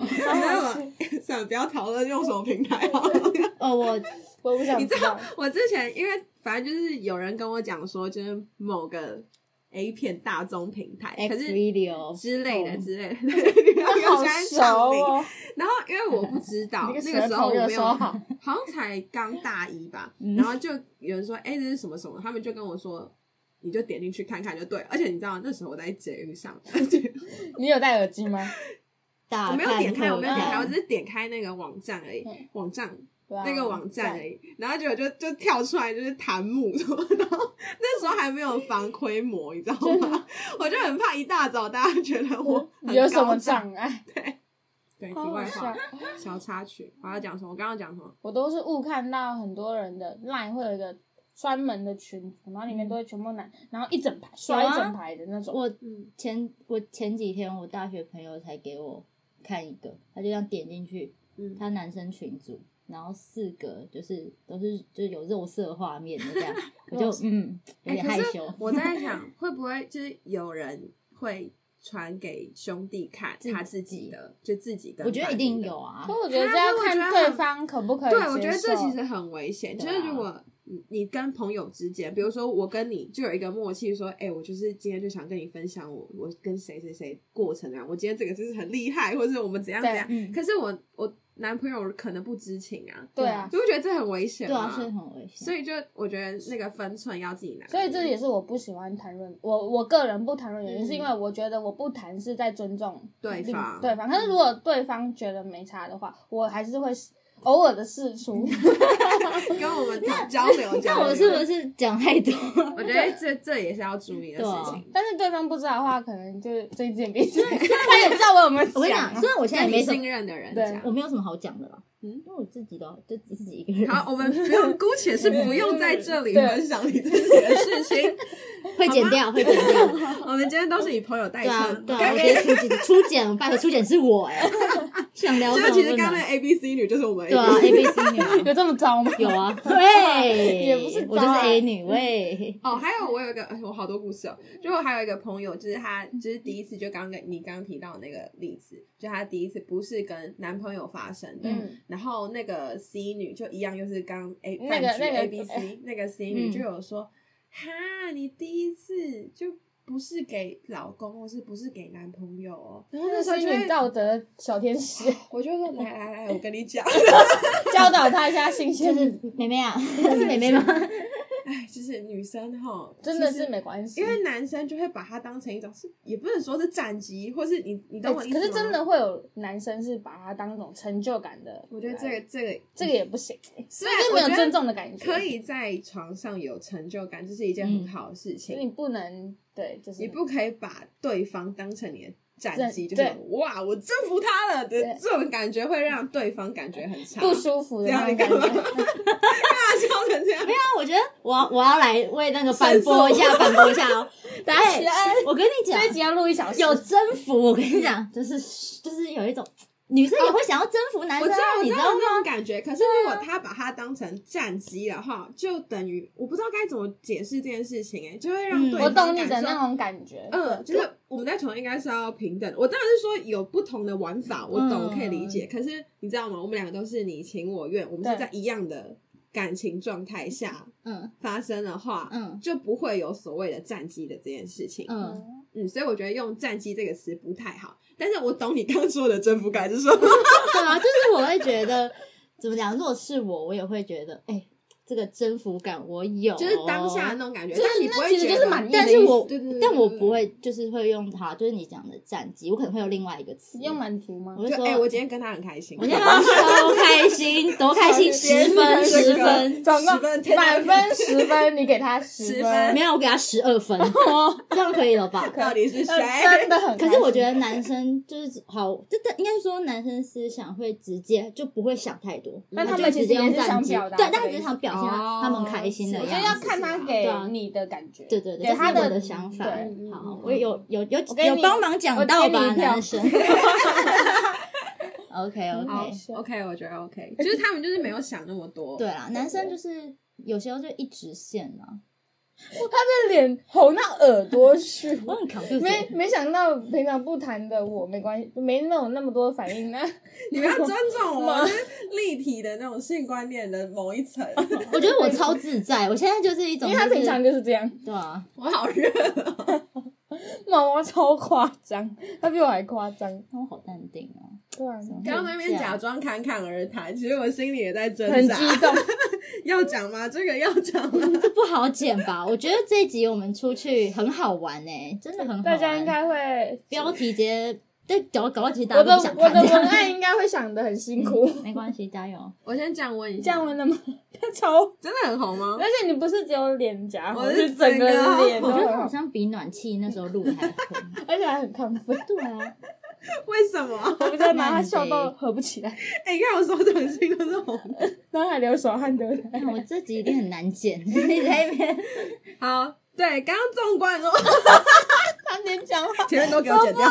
S3: 你知道吗？啊算了，不要讨论用什么平台好了。
S1: 哦，我
S2: 我不想
S3: 你
S2: 知
S3: 知
S2: 道
S3: 道，我之前因为反正就是有人跟我讲说，就是某个 A 片大宗平台，
S1: X
S3: 可
S1: 哦
S3: 是
S1: video
S3: 之类的之 类的，
S2: 他
S3: 好
S2: 好熟哦，
S3: 然后因为我不知道
S2: 那个
S3: 那个
S2: 舌
S3: 时候
S2: 头
S3: 我
S2: 有
S3: 没有，
S2: 收好
S3: 好像才刚大一吧
S1: 嗯，
S3: 然后就有人说，哎、这是什么什么，他们就跟我说。你就点进去看看就对了，而且你知道那时候我在节目上， 而且
S2: 你有戴耳机吗？
S1: 大
S3: 我没有点开，我没有点开，
S2: 啊嗯
S3: 我只是点开那个网站而已
S2: 嗯，
S3: 网站
S2: 对啊
S3: 那个网站欸而已，然后结果就就跳出来就是弹幕 什么，然后那时候还没有防窥膜，你知道吗？ 我就很怕一大早大家觉得我很
S2: 嗯有什
S3: 高
S2: 么
S3: 涨？
S2: 障碍？
S3: 对，题
S2: 好好
S3: 外话
S2: 笑，
S3: 小插曲，我要讲什么？我刚刚讲什么？
S2: 我都是误看到很多人的 line 会有一个专门的群组，然后里面都会全部男，然后一整排刷
S1: 有
S2: 一
S1: 啊
S2: 整排的那种。
S1: 我
S3: 嗯，
S1: 前我前几天我大学朋友才给我看一个，他就这样点进去，
S3: 嗯
S1: 他男生群组，然后四个就是都是就是有肉色画面的这 样，我就
S2: 肉色
S1: 嗯有
S3: 哎，
S1: 点
S3: 可
S1: 害
S3: 是
S1: 羞。
S3: 我 在想，会不会就是有人会传给兄弟看
S1: 自
S3: 他自己的，就自己跟
S1: 我觉得一定
S3: 伴侣的
S1: 有。啊
S2: 可，我觉得这要看对方可不可以接
S3: 对，
S2: 受。
S3: 我觉得这其实很危险，就
S1: 对啊
S3: 是如果。你你跟朋友之间，比如说我跟你就有一个默契，
S1: 嗯
S3: 说，哎、我就是今天就想跟你分享我我跟谁谁谁过程啊，我今天这个真是很厉害，或者是我们怎样怎
S2: 对
S3: 样。
S1: 嗯
S3: 可是我我男朋友可能不知情啊，
S2: 对啊，
S3: 就会觉得这很危险
S1: 对啊，
S3: 嘛
S1: 所以很危险。
S3: 所以就我觉得那个分寸要自己拿捏。
S2: 所以这也是我不喜欢谈论，我我个人不谈论原
S3: 嗯
S2: 因，是因为我觉得我不谈是在尊重
S3: 对
S2: 另
S3: 方嗯
S2: 对方。但是如果对方觉得没差的话，我还是会偶尔的试 出。
S3: 跟我们交流交
S1: 那
S3: 流。
S1: 我是不是讲太多？
S3: 我觉得这这也是要注意的
S1: 啊
S3: 事情。
S2: 但是对方不知道的话，可能就是睁一只眼闭一只眼。 他也不知道我有没 有啊
S1: 我跟你讲，虽然我现在
S3: 跟
S1: 也没
S3: 你
S1: 什么
S3: 信，任的人
S2: 对
S1: 我
S3: 讲。
S1: 没有什么好讲的啦，
S3: 嗯
S1: 因为我自己的就自己一个人，
S3: 好，我们不用，姑且是不用在这里
S2: 对
S3: 分享你自己的事情。
S1: 会剪掉，会 剪掉。
S3: 我们今天都是以朋友代
S1: 对啊，
S3: 称。
S1: 对啊，
S3: 刚
S1: 我觉得初检初检，拜托初检是我 哎，想聊什
S3: 就
S1: 么
S3: 其
S1: 问
S3: 实刚刚那
S1: 啊？
S3: A B C 女就是我们 A
S1: 对 啊
S3: B
S1: ，A
S3: C。
S1: B C 女啊
S2: 有这么糟吗？
S1: 有啊， 喂，
S2: 也不是
S1: 我就是
S2: 糟啊
S1: A 女喂，
S3: 哦，还有我有一个，哎我好多故事哦。就我还有一个朋友，就是她，就是第一次就刚跟你刚刚提到的那个例子，就她第一次不是跟男朋友发生的，
S2: 嗯
S3: 然后那个 C 女就一样，又是刚 A
S2: 那
S3: 饭
S2: 个
S3: 局
S2: 那个
S3: A B C 那个 C 女
S1: 嗯
S3: 就有说，哈，你第一次就不是给老公，或是不是给男朋友哦？然后 那时候
S2: 是
S3: 就
S2: 你
S3: 会，
S2: 道德小天使，
S3: 我就说来来来，我跟你讲，
S2: 教导他一下新
S1: 就
S2: 鲜
S1: 是
S2: 的，
S1: 妹妹啊， 是妹妹吗？
S3: 哎，就是女生哈，
S2: 真的
S3: 其实
S2: 是没关系。哎
S3: 因为男生就会把它当成一种是，也不能说是战绩，或是你你
S2: 哎
S3: 懂我意思
S2: 可
S3: 吗
S2: 是真的，会有男生是把它当一种成就感的，
S3: 我觉得这个这个
S2: 这个也不行，
S3: 虽然
S2: 就是
S3: 我
S2: 没
S3: 觉
S2: 有
S3: 得
S2: 尊重的感觉。
S3: 可，以在床上有成就感，这是一件很
S1: 嗯
S3: 好的事
S2: 就
S3: 情。
S2: 你不能对，就是
S3: 你不可以把对方当成你的战绩，
S2: 对
S3: 就是哇，我征服他了的
S2: 对
S3: 这种感觉，会让对方感觉很差。
S2: 不舒服的
S3: 这样
S2: 那
S3: 你
S2: 种
S3: 干
S2: 感
S3: 嘛？
S2: 觉。
S3: 干嘛笑成这样？
S1: 对啊，我觉得我要我要来为那个反驳一下，反驳一下 哦。对，我跟你讲，
S2: 这一集要录一小时，
S1: 有征服，我跟你
S3: 嗯
S1: 讲，就是就是有一种女生也会想要征服男
S3: 哦我
S1: 生
S3: 知道，
S1: 啊，
S3: 我
S1: 你
S3: 知
S1: 知
S3: 道
S1: 道吗？
S3: 那种感觉。可是如果他把它当成战机的话，就等于我不知道该怎么解释这件事情、哎，就会让
S1: 嗯
S3: 对
S2: 我
S3: 方
S2: 懂你的
S3: 感受
S2: 那种感觉。
S3: 嗯，就是我们在床应该是要平等。我当然是说有不同的玩法，我懂，
S1: 嗯
S3: 我可以理解。可是你知道吗？我们两个都是你情我愿，我们是
S2: 对
S3: 在一样的感情状态下
S1: 嗯
S3: 发生的话，
S1: 嗯
S3: 就不会有所谓的战机的这件事情。
S1: 嗯，
S3: 嗯，所以我觉得用“战机”这个词不太好，但是我懂你刚说的征服感是什么。
S1: 对啊，就是我会觉得怎么讲，如果是我，我也会觉得，哎、这个征服感我有，哦
S3: 就是当下那种感觉，
S2: 就是
S3: 但你不
S2: 那
S3: 会
S2: 其实
S3: 觉
S2: 就是
S3: 得
S2: 满意
S1: 但
S2: 的
S1: 是
S2: 意思
S1: 我
S3: 对对对
S1: 但我
S3: 对对
S1: 不会，就是会用它，就是你讲的战绩，我可能会有另外一个词，
S2: 用满足吗
S1: 我？会
S3: 就
S1: 说，
S3: 哎、我今天跟他很开心，
S1: 我今天 晚上超开心，多开心，十分，十分，
S2: 总
S3: 十分
S2: 共满分十分，你给他
S3: 十
S2: 十
S3: 分哦
S2: 分
S1: 没，有，我给他十二分，这样可以了吧？
S3: 到底是谁？
S2: 真的 很。
S1: 可是我觉得，男生就是好，这这应该说男生思想会直接就不会想太多，
S2: 但他
S1: 就
S2: 们
S1: 直
S2: 其
S1: 接
S2: 实也
S1: 用
S2: 是想
S1: 战绩，
S2: 表达
S1: 对，
S2: 这
S1: 但他
S2: 个
S1: 只
S2: 意
S1: 是
S2: 思
S1: 想表现
S3: 哦
S1: 他他们开心的样
S3: 是
S2: 我
S1: 子。
S2: 觉得要看他
S1: 对
S2: 给
S1: 啊
S2: 你的感觉，
S1: 对对对，
S2: 给
S1: 这
S2: 他
S1: 是我
S2: 的
S1: 的想法
S2: 对。
S3: 嗯
S1: 好，我有有有
S2: 我给
S1: 有
S2: 你
S1: 帮忙
S2: 我
S1: 讲
S2: 给
S1: 到
S2: 你
S1: 吧，
S2: 一票嗯
S1: 男 生。OK
S3: 好
S1: OK，
S2: 是
S3: ，OK，我觉得 OK，就是他们就是没有想那么多。
S1: 对啦，男生就是有时候就一直线啊，
S2: 他的脸红到耳 朵去。
S1: 我很 confused
S2: 没没想到平常不谈的我没关系，没那种那么多反 应呢、
S3: 你们要尊重我，
S2: 吗
S3: 就是立体的那种性观念的某一层。
S1: 我觉得我超自在，我现在就是一种、
S2: 因
S1: 就
S2: 为
S1: 是，
S2: 他平常就是这样，
S1: 对啊，
S3: 我好热哦、
S2: 毛毛超夸张， 他比我还夸张，
S1: 但我好淡定哦、
S2: 对啊，
S3: 刚刚那边假装侃侃而谈，其实我心里也在挣
S2: 很
S3: 扎。
S2: 激动，
S3: 要讲吗？这个要讲吗？
S1: 这不好剪吧？ 我觉得这一集我们出去很好玩哎、真的很好玩。
S2: 大家应该会，
S1: 标题直接这搞搞到其实大
S2: 我的
S1: 家都不想
S2: 我
S1: 看
S2: 的
S1: 这
S2: 文
S1: 样。
S2: 案应该会想的很辛苦，
S1: 没关系，加油！
S3: 我先降温一下。
S2: 降温了吗？他超，
S3: 真的很红吗
S2: 而？且你不是只有脸颊红，
S3: 我是
S2: 是整个
S3: 整个
S2: 脸 都
S1: 我觉得
S2: 很
S1: 它好
S2: 红，
S1: 像比暖气那时候录的还红。
S2: 而且还很亢 奋，
S1: 对啊，
S3: 为什么？
S2: 我不知道拿他笑到合不起来，
S3: 哎、你看我手掌心都是红的。
S2: 然后还流手汗，对不对？
S1: 看哎我这集一定很难剪， 一直在那边
S3: 好，对，刚刚纵观哦，
S2: 他连讲话
S3: 前面都给我 剪掉，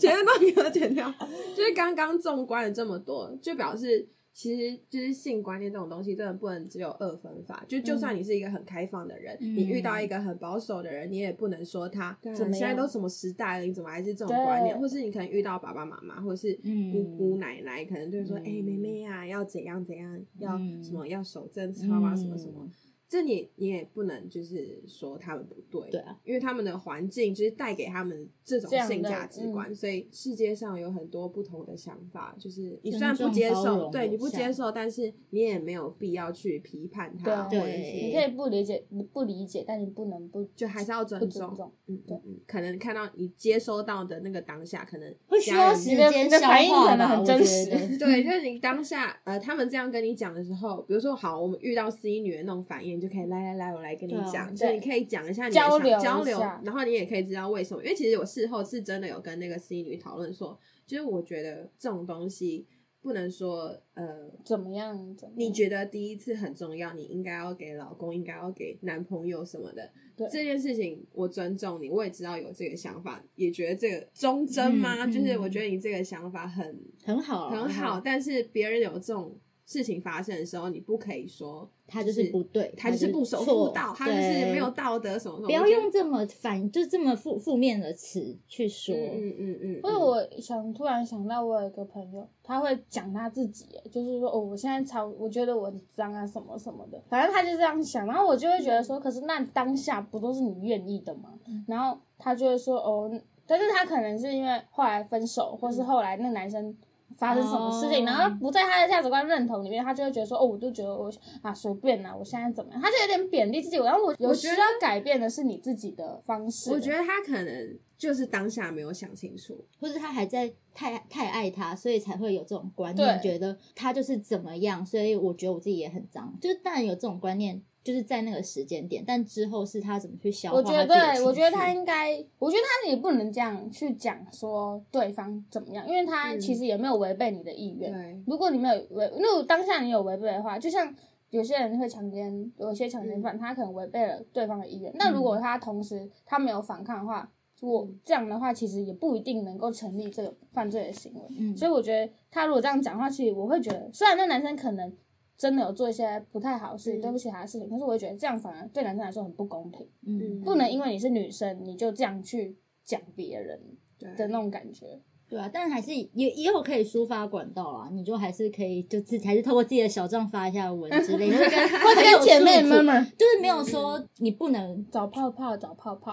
S3: 前面都给我剪掉。哦就是刚刚纵观了这么多，就表示其实就是性观念这种东西，真的不能只有二分法。就就算你是一个很开放的人，
S1: 嗯
S3: 你遇到一个很保守的人，你也不能说他
S2: 对啊
S3: 怎么
S2: 怎么
S3: 现
S2: 样
S3: 在都什么时代了，你怎么还是这种观念？
S2: 对
S3: 或是你可能遇到爸爸妈妈，或是
S1: 嗯
S3: 姑姑奶奶，可能就会说：“哎、
S1: 嗯
S3: 妹妹啊，要怎样怎样，要什么要守正操啊，什么什么。”
S1: 嗯
S3: 这你你也不能就是说他们不对，
S1: 对啊，
S3: 因为他们的环境就是带给他们这种
S2: 这样的嗯
S3: 性价值观，所以世界上有很多不同的想法，就是你虽然不
S1: 尊重
S3: 接
S1: 包
S3: 受，
S1: 容
S3: 对
S1: 友
S3: 你不接
S1: 善
S3: 受，但是你也没有必要去批判他，
S2: 对啊
S3: 或者
S1: 对
S2: 你
S3: 是
S2: 可以不理解，你不理解，但你不能不
S3: 就还是要
S2: 不
S3: 尊
S2: 尊
S3: 重。
S2: 重。
S3: 嗯
S2: 对
S3: 嗯嗯，可能看到你接收到的那个当下，可能
S1: 会需
S3: 家
S1: 要
S3: 人
S1: 时
S2: 你的
S1: 间
S2: 你的
S1: 消
S2: 反应
S1: 化
S2: 可能
S1: 吧？
S2: 很
S1: 我觉
S2: 真实
S1: 得，
S3: 对，就是你当下呃，他们这样跟你讲的时候，比如说好，我们遇到 C 女的那种反应，你就可以来来来，我来跟你
S1: 对啊
S3: 讲，
S2: 对
S3: 所以你可以讲一下你的
S2: 交
S3: 想
S2: 流一
S3: 交流
S2: 下，
S3: 然后你也可以知道为什么，因为其实我事后是真的有跟那个 C 女讨论说，就是我觉得这种东西不能说呃。
S2: 怎么样？怎么
S3: 你
S2: 样
S3: 觉得第一次很重要，你应该要给老公，应该要给男朋友什么的。
S2: 对
S3: 这件事情，我尊重你，我也知道有这个想法，也觉得这个忠贞吗？
S1: 嗯嗯
S3: 就是我觉得你这个想法很
S1: 很好啊，
S3: 很好，
S1: 啊，
S3: 但是别人有这种事情发生的时候，你不可以说
S1: 他就是不对，
S3: 他
S1: 就是
S3: 不守妇
S1: 错
S3: 道，他就是
S1: 对
S3: 没有道德什么什么。
S1: 不要
S3: 我觉得
S1: 用这么反，就这么负负面的词去说。
S3: 嗯嗯嗯嗯，
S2: 因为我想突然想到，我有一个朋友，他会讲他自己耶，就是说哦，我现在超，我觉得我很脏啊，什么什么的，反正他就这样想，然后我就会觉得
S3: 嗯
S2: 说，可是那当下不都是你愿意的吗？然后他就会说哦，但是他可能是因为后来分手，或
S3: 嗯
S2: 是后来那男生。发生什么事情
S1: 哦
S2: 然后不在他的价值观认同里面，他就会觉得说，哦，我就觉得我啊随便啦、我现在怎么样，他就有点贬低自己。然后我有
S3: 我
S2: 需
S3: 觉
S2: 要
S3: 得
S2: 改变的是你自己的方式。
S3: 我觉得他可能就是当下没有想清楚，
S1: 或者他还在太太爱他，所以才会有这种观念，
S2: 对
S1: 觉得他就是怎么样，所以我觉得我自己也很脏。就是当然有这种观念，就是在那个时间点，但之后是他怎么去消化
S2: 我
S1: 他
S2: 觉
S1: 自己的
S2: 得
S1: 情，绪
S2: 我觉得他应该，我觉得他也不能这样去讲说对方怎么样，因为他
S3: 嗯
S2: 其实也没有违背你的意愿。
S3: 对，
S2: 如果你没有违，如果当下你有违背的话，就像有些人会强奸，有些强奸犯、他可能违背了对方的意愿，那如果他同时他没有反抗的话，我这样的话其实也不一定能够成立这个犯罪的行为。
S1: 嗯，
S2: 所以我觉得他如果这样讲话，其实我会觉得，虽然那男生可能真的有做一些不太好的事情，
S3: 嗯
S2: 对不起他的事情，可是我会觉得这样反而对男生来说很不公平。
S1: 嗯
S2: 不能因为你是女生，你就这样去讲别人
S3: 对
S2: 的那种感觉。
S1: 对啊，但还是也也有可以抒发管道啦，你就还是可以就自己还是透过自己的小账发一下文之类， 或者跟
S2: 或者跟姐妹们们
S1: 就是没有说你不能
S2: 找泡泡，找泡 泡，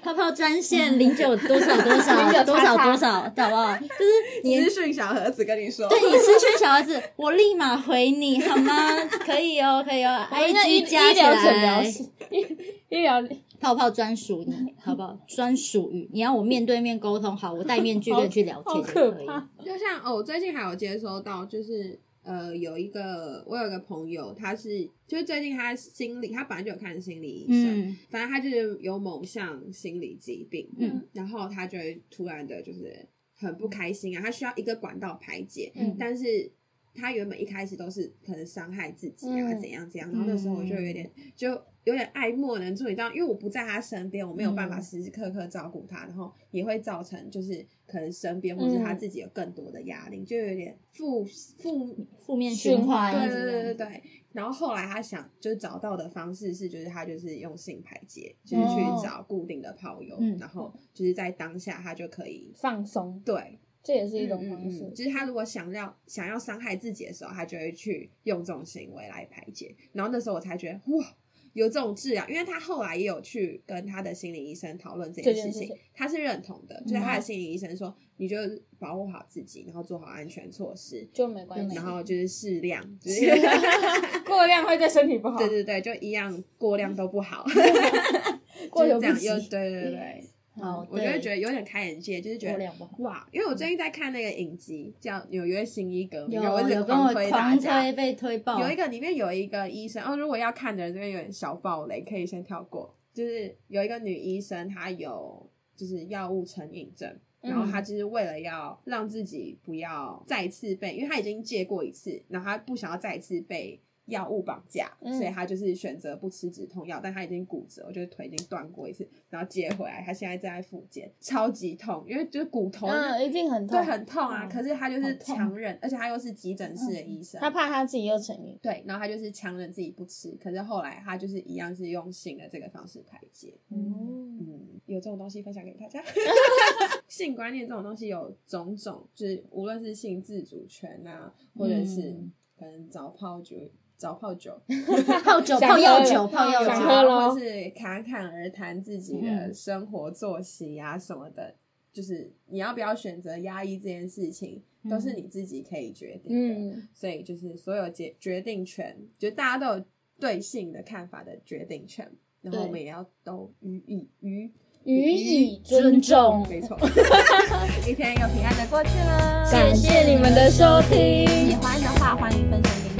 S1: 泡泡专 线零九多少多少多少多少，好不好？就是你
S3: 私讯小盒子跟你说，
S1: 对你私讯小儿子，我立马回你好吗？可以哦，可以哦
S2: 哎一个医
S1: ，IG 加
S2: 医
S1: 起
S2: 疗诊疗
S1: 来，
S2: 系，医医疗
S1: 泡泡专属你好不好？专属于你要我面对面沟通，好，我戴面具跟你去聊
S2: 好
S1: 天
S2: 可
S1: 就可以。
S2: 怕，
S3: 就像哦，我最近还有接收到，就是呃，有一个我有一个朋友，他是就是最近他心理，他本来就有看心理医生，
S1: 嗯
S3: 反正他就是有某项心理疾病，
S1: 嗯
S3: 然后他就会突然的就是很不开心啊，他需要一个管道排解，
S2: 嗯
S3: 但是。他原本一开始都是可能伤害自己啊，
S2: 嗯
S3: 怎样怎样，然后那时候我就有点、就有点爱莫能助，你知道，因为我不在他身边，我没有办法
S1: 嗯
S3: 时时刻刻照顾他，然后也会造成就是可能身边或是他
S2: 嗯
S3: 自己有更多的压力，就有点负负
S1: 负面
S2: 循
S1: 循环
S3: 对
S2: 环
S1: 一
S3: 对
S1: 直这
S3: 对
S1: 样
S3: 对对。然后后来他想，就是找到的方式是，就是他就是用性排解，就是去
S2: 哦
S3: 找固定的炮友，
S1: 嗯
S3: 然后就是在当下他就可以
S2: 放松，
S3: 对，
S2: 这也是一
S3: 嗯
S2: 种
S3: 嗯
S2: 方式
S3: 嗯，。就是他如果想要想要伤害自己的时候，他就会去用这种行为来排解。然后那时候我才觉得哇。有这种治疗，因为他后来也有去跟他的心理医生讨论这件
S2: 这
S3: 事
S2: 件事
S3: 情，
S2: 情
S3: 他是认同的，就是他的心理医生说，你就保护好自己，然后做好安全措施，
S2: 就没关系，
S3: 然后就是适量，就是
S2: 过量会对身体不
S1: 哦
S2: 好，
S3: 对对对，就一样过量都 不好，
S2: 过
S3: 就是这
S2: 犹不
S3: 样
S2: 及。
S3: 又对对对对，
S1: 哦，
S3: 我就会觉得有点开眼界，就是觉
S1: 过
S3: 得
S1: 量不好。
S3: 哇，因为我最近在看那个影集叫《纽约新一革命》，
S1: 有
S3: 然后一直
S1: 有跟我
S3: 推大
S1: 狂
S3: 家
S1: 推。被推爆，
S3: 有一个里面有一个医生哦，如果要看的人这边有点小暴雷，可以先跳过。就是有一个女医生，她有就是药物成瘾症，然
S2: 嗯
S3: 后她就是为了要让自己不要再次被，因为她已经戒过一次，然后她不想要再次被药物绑架，
S2: 嗯
S3: 所以她就是选择不吃止痛药，但她已经骨折，就是腿已经断过一次，然后接回来，她现在正在复健，超级痛，因为就是骨头那、
S2: 嗯，一定很痛，
S3: 对很痛啊，
S2: 嗯
S3: 可是她就是
S1: 好痛
S3: 强忍，而且她又是急诊室的医生，
S2: 他怕他自己又成瘾，
S3: 对，然后他就是强忍自己不吃，可是后来他就是一样是用性的这个方式排解。
S2: 嗯，
S3: 嗯，有这种东西分享给大 家。性观念这种东西有种种，就是无论是性自主权啊，或者是
S1: 嗯
S3: 可能早泡酒、早泡 酒、
S1: 泡酒、
S2: 想
S1: 泡
S2: 喝
S1: 药
S2: 了
S1: 酒、泡药
S2: 想
S1: 酒，
S2: 喝
S3: 啊，
S2: 咯
S3: 或是侃侃而谈自己的
S1: 嗯
S3: 生活作息啊什么的，就是你要不要选择压抑这件事情，都是
S1: 嗯
S3: 你自己可以决定的。
S2: 嗯，
S3: 所以就是所有决决定权，就大家都有对性的看法的决定权，然后
S1: 对
S3: 我们也要都予以予
S2: 予以尊
S1: 尊
S2: 重
S1: 重。
S3: 没错，一天又平安的过去了。
S1: 感
S2: 感
S1: 谢
S2: 谢
S1: 你
S2: 你
S1: 们
S2: 们
S1: 的
S2: 的
S1: 收
S2: 收
S1: 听
S2: 听。
S3: 喜欢的话，欢迎分享给